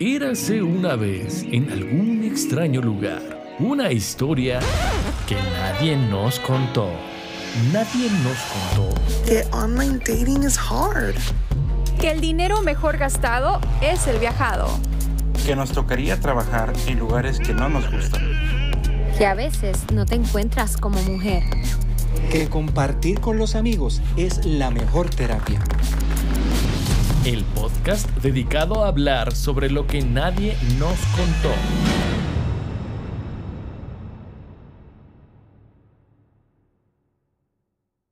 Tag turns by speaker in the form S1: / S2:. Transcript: S1: Érase una vez, en algún extraño lugar, una historia que nadie nos contó. Nadie nos contó.
S2: that online dating is hard.
S3: Que el dinero mejor gastado es el viajado.
S4: que nos tocaría trabajar en lugares que no nos gustan.
S5: que a veces no te encuentras como mujer.
S6: que compartir con los amigos es la mejor terapia.
S1: El podcast dedicado a hablar sobre lo que nadie nos contó.